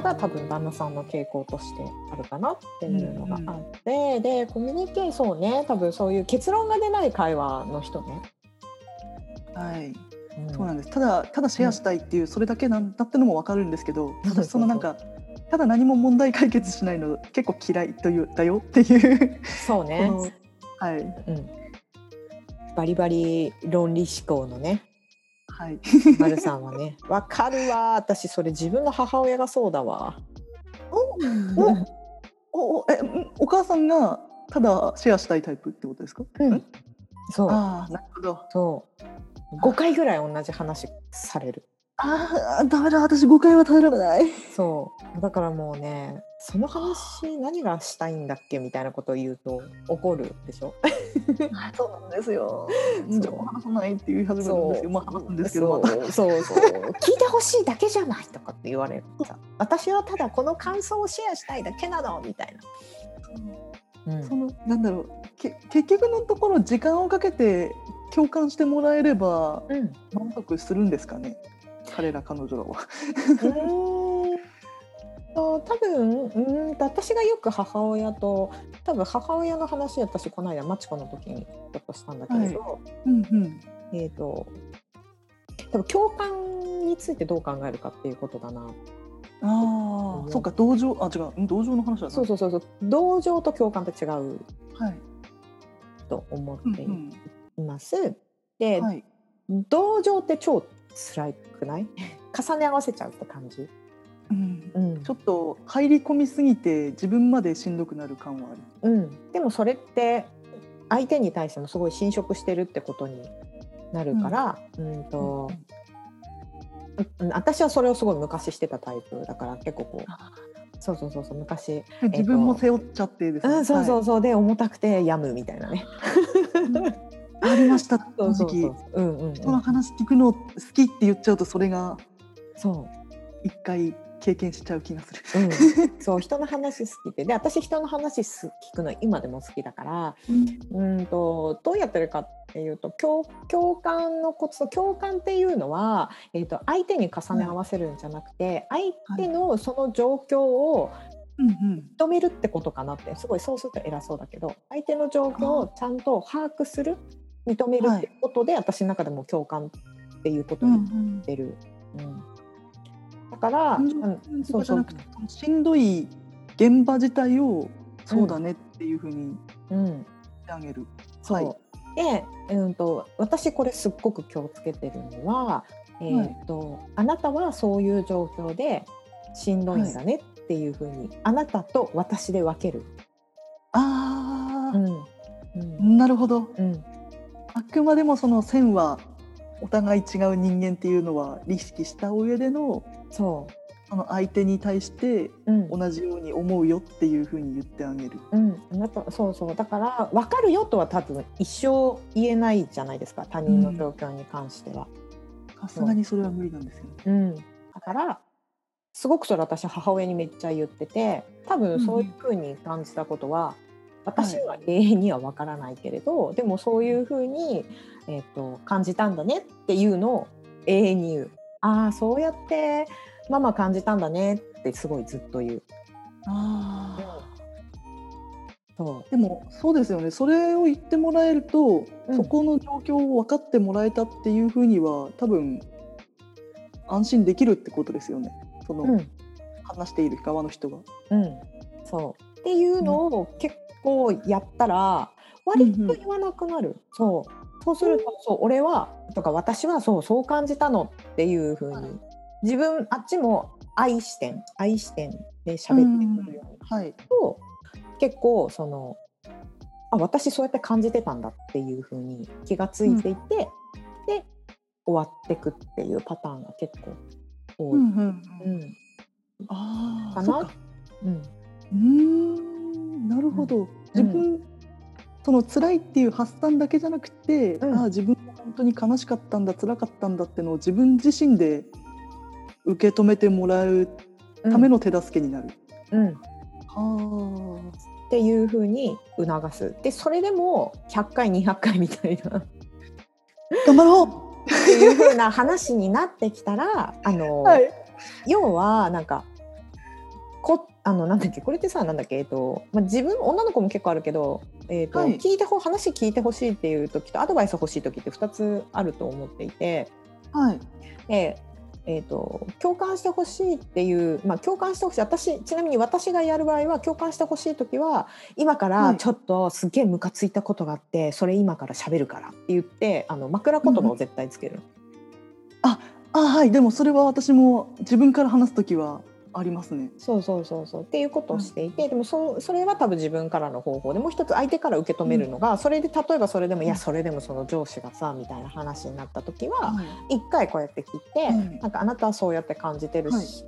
多分旦那さんの傾向としてあるかなっていうのがあって、うんうん、でコミュニケーションね多分そういう結論が出ない会話の人ね。はい、うん、そうなんですただただシェアしたいっていう、それだけなんだってのも分かるんですけど、うん、そのなんかただ何も問題解決しないの結構嫌いというだよっていうそうね、はい、うんバリバリ論理思考の ねはい、まるさんはね、わかるわ、私それ自分の母親がそうだわ。お、お、お、え、お母さんがただシェアしたいタイプってことですか。うん、そう。ああ、なるほど。そう。五回ぐらい同じ話される。ああ、だめだ、私五回は耐えられない。そう、だからもうね、その話何がしたいんだっけみたいなことを言うと怒るでしょそうなんです よ。じゃあ話さないって言い始めるんですよ。まあ話すんですけど、ま、 そうそう聞いてほしいだけじゃないとかって言われるさ。私はただこの感想をシェアしたいだけなのみたいな。うん、そのなんだろうけ結局のところ時間をかけて共感してもらえれば満足するんですかね、うん、彼ら彼女らは。、と多分うん私がよく母親と多分母親の話私この間マチコの時にちょっとしたんだけれど、はいうんうん、えっ、ー、と多分共感についてどう考えるかっていうことだな。ああ、そっか同情あ違う同情の話だそうそうそうそう同情と共感と違う、はい、と思っています。うんうん、で、はい、同情って超辛くない 重ね合わせちゃうって感じ。うんうん、ちょっと入り込みすぎて自分までしんどくなる感はある、うん、でもそれって相手に対してもすごい侵食してるってことになるから、うんと私はそれをすごい昔してたタイプだから結構こう。そうそうそうそう昔自分も背負っちゃってですね、うん、そうそうそう、はい、で重たくて病むみたいなね、あり ました正直うんうん、人の話聞くの好きって言っちゃうとそれがそう一回経験しちゃう気がする、、うん、そう人の話好きでで私人の話聞くの今でも好きだから、うん、うんとどうやってるかっていうと共共感のコツ共感っていうのは、えーと、と相手に重ね合わせるんじゃなくて、はい、相手のその状況を認めるってことかなってすごいそうすると偉そうだけど相手の状況をちゃんと把握する認めるってことで、はい、私の中でも共感っていうことになってる。うん、うんだから、うんそうじゃなくてしんどい現場自体をそうだねっていうふうにしてあげる。うんうん、そう、はい、で、うんと、と私これすっごく気をつけてるのは、えーと、はい、あなたはそういう状況でしんどいんだねっていうふうに、はい、あなたと私で分ける。ああ、うんなるほど、うん。あくまでもその線はお互い違う人間っていうのは意識した上でのそうあの相手に対して同じように思うよっていうふうに言ってあげる。うん、うん、だとそうそうだから分かるよとは多分一生言えないじゃないですか他人の状況に関しては。さすがにそれは無理なんですよね。うん、だからすごくそれ私母親にめっちゃ言ってて多分そういうふうに感じたことは、うん、私には永遠には分からないけれど、はい、でもそういうふうに、えーと、と感じたんだねっていうのを永遠に言う。ああそうやってママ感じたんだねってすごいずっと言う。あそうでもそうですよねそれを言ってもらえると、うん、そこの状況を分かってもらえたっていうふうには多分安心できるってことですよねその、うん、話している側の人が。うん、そうっていうのを結構やったら、割と言わなくなる。うんうん、そうそうすると、そう俺はとか私はそうそう感じたのっていうふうに、自分あっちも愛視点愛視点で喋ってくるように、はい、と結構そのあ私そうやって感じてたんだっていうふうに気が付いていて、うん、で終わってくっていうパターンが結構多い。うんうんうん、あかなうん、なるほど、うん、自分、うんその辛いっていう発散だけじゃなくて、うん、ああ自分も本当に悲しかったんだ辛かったんだってのを自分自身で受け止めてもらうための手助けになる。うん、うん、はっていうふうに促すでそれでも100回200回みたい な。頑張ろうっていうふうな話になってきたらあの、はい、要はなんかあのなんだっけこれってさなんだっけえっと、まあ、自分女の子も結構あるけど、えっとはい聞いてほ話聞いてほしいっていう時とアドバイス欲しい時って2つあると思っていて、はい。でえっと共感してほしいっていう、まあ、共感してほしい私ちなみに私がやる場合は共感してほしい時は今かはらいちょっとすっげえムカついたことがあってそれ今から喋るからって言ってあの枕言葉を絶対つけるの。あはい。でもそれは私も自分から話すときはありますね。そうそうそうそうっていうことをしていて、でもそうそれは多分自分からの方法でもう一つ相手から受け止めるのが、それで例えばそれでも、いやそれでもその上司がさみたいな話になった時は、はい一回こうやって聞いて、うんなんかあなたはそうやって感じてるし、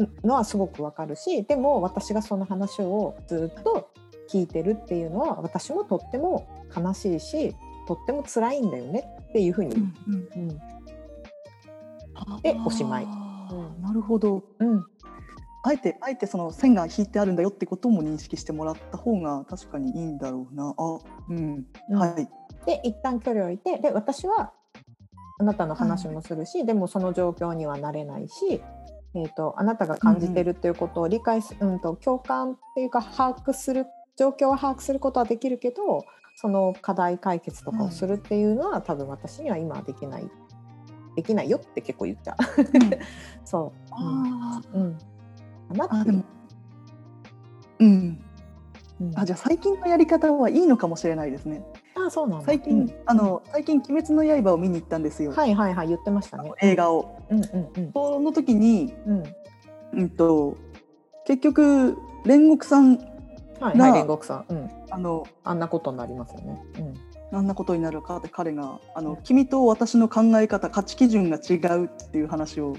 はいのはすごくわかるしでも私がその話をずっと聞いてるっていうのは私もとっても悲しいしとっても辛いんだよねっていうふうに、うんうんうんでおしまいあーうなるほど。うん、あえてあえてその線が引いてあるんだよってことも認識してもらった方が確かにいいんだろうな。あ、うん、はい。で一旦距離を置いてで私はあなたの話もするし、でもその状況にはなれないし、えー、とあなたが感じてるっていうことを理解す、うんと共感っていうか把握する状況は把握することはできるけどその課題解決とかをするっていうのは、多分私には今はできないできないよって結構言っちゃう そう、うんあーうん、かなっていうあーでも、うん。うんあじゃあ最近のやり方はいいのかもしれないですね。あそうなんだ最う近、んあの最近鬼滅の刃を見に行ったんですよ。はいはいはい言ってましたね映画を。うんうんその時に、うんうんうんと結局煉獄さんはいはないあ煉獄さん、うん、あのあんなことになりますよね、うんあんなことになるかって彼があの君と私の考え方価値基準が違うっていう話を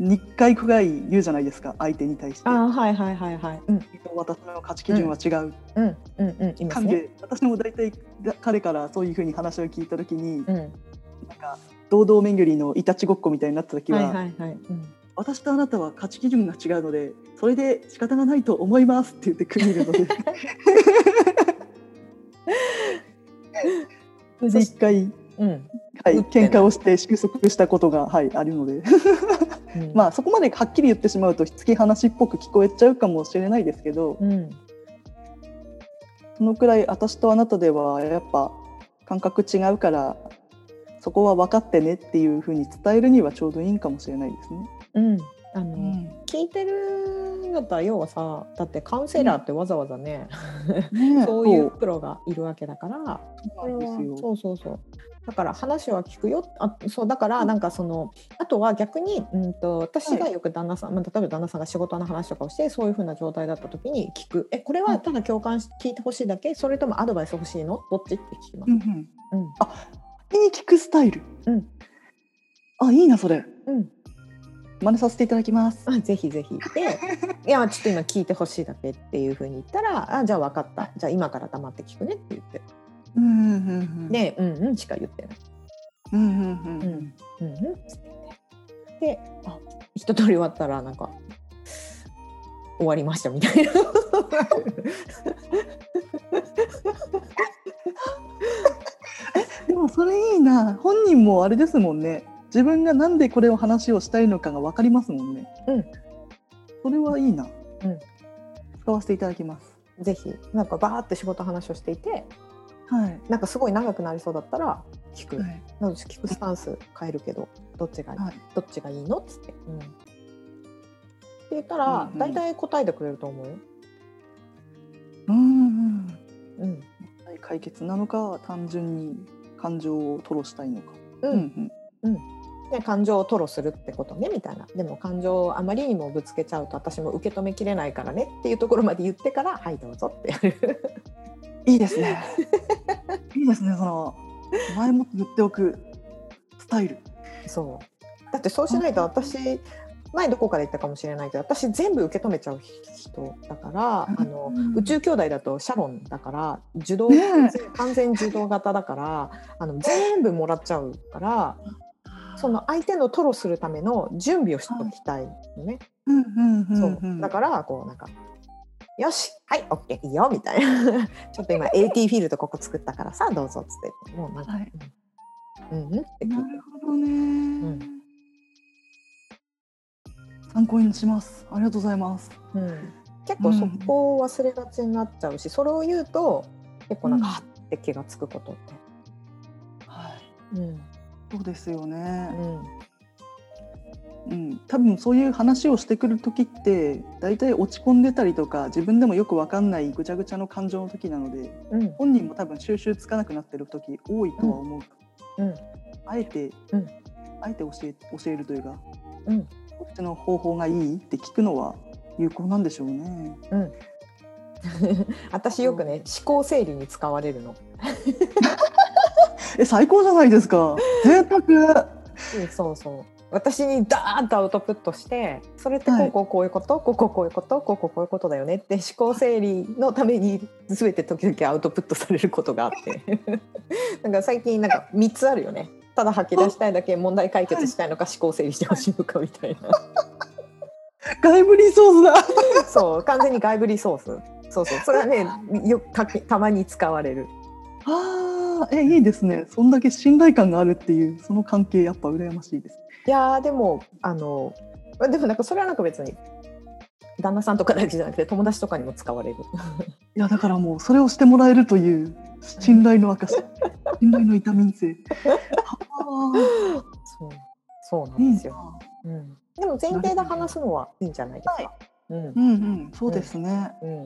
2回くらい言うじゃないですか相手に対して。ああはいはいはいはい。うん君と私の価値基準は違う、うんうんうんいます感ね。で私も大体だ彼からそういうふうに話を聞いた時に、うんなんか堂々巡りのいたちごっこみたいになった時は、はいはいはい。うん私とあなたは価値基準が違うのでそれで仕方がないと思いますって言ってくれ るのでそれで一回、うんはい、打ってな喧い嘩をして収束したことが、はい、あるので うんまあそこまではっきり言ってしまうとしつき話っぽく聞こえちゃうかもしれないですけどうんそのくらい私とあなたではやっぱ感覚違うからそこは分かってねっていうふうに伝えるにはちょうどいいんかもしれないですね。うんあの、聞いてるんだったら要はさだってカウンセラーってわざわざね、ねえそういうプロがいるわけだから。そうなんですよ。そうそうそうだから話は聞くよあそうだからなんかその、あとは逆に、うん、と私がよく旦那さん、まあ、例えば旦那さんが仕事の話とかをしてそういうふうな状態だった時に聞くえこれはただ共感し聞いてほしいだけそれともアドバイス欲しいのどっちって聞きますう。んうんうん先に聞くスタイル。うんあ、いいな、それ。うん真似させていただきます。あぜひぜひ。でいやちょっと今聞いてほしいだけっていうふうに言ったらあじゃあ分かったじゃあ今から黙って聞くねって言ってうん、うん、うんでうんうんしか言ってないうん、うん、うん。うんうんっつって言ってであ一通り終わったらなんか終わりましたみたい なでも、それいいな。本人もあれですもんね。自分がなんでこれを話をしたいのかがわかりますもんね。うん。それはいいな。うん。使わせていただきます。ぜひなんかバーって仕事話をしていてはい。なんかすごい長くなりそうだったら聞く、はい。なので聞くスタンス変えるけどどっちがいいはい。どっちがいいのっつって、うん、って言ったら、うんうん大体答えてくれると思うよ。うん、うん。うん解決なのか、単純に感情を吐露したいのか。うんん、で感情を吐露するってことねみたいなでも感情をあまりにもぶつけちゃうと私も受け止めきれないからねっていうところまで言ってからはいどうぞってやるいいですね。いいですね、その前もって言っておくスタイル。そうだってそうしないと私前どこかで言ったかもしれないけど私全部受け止めちゃう人だから、あのうん宇宙兄弟だとシャロンだから受動、ね完全受動型だからあの全部もらっちゃうからその相手の吐露するための準備をしておきたいのね。うんうんうそんううん。だからこうなんか「よしはいオッケーいいよ」みたいな ちょっと今 AT フィールドここ作ったからさどうぞっつってもうなんか、はいうんうんってなるほどね、ん参考にします。ありがとうございます。うん結構そこを忘れがちになっちゃうし、それを言うと結構なんか、はって気が付くことって。はいうんそうですよね、うん、うん、多分そういう話をしてくる時って大体落ち込んでたりとか自分でもよく分かんないぐちゃぐちゃの感情の時なので、うん、本人も多分収集つかなくなってる時多いとは思う、うん、うん、あえて、あえて教え教えるというか、うん、こっちの方法がいいって聞くのは有効なんでしょうね。うん私よくね思考整理に使われるの。え最高じゃないですか贅沢そうそう私にダーンとアウトプットしてそれってこうこうこういうこと、はい、こうこうこういうことこうこうこういうことだよねって思考整理のために全て時々アウトプットされることがあって なんか最近なんか3つあるよねただ吐き出したいだけ問題解決したいのか思考整理してほしいのかみたいな外部リソースだそう完全に外部リソースそうそうそれは ねよたたまに使われるあえいいですねそんだけ信頼感があるっていうその関係やっぱ羨ましいですいやでもあのでもなんかそれはなんか別に旦那さんとかだけじゃなくて友達とかにも使われるいやだからもうそれをしてもらえるという信頼の 証信頼の痛み 性そうそうなんですよ、いいうん、でも前提で話すのはいいんじゃないですか、はいうん、うんうんそうですね、うん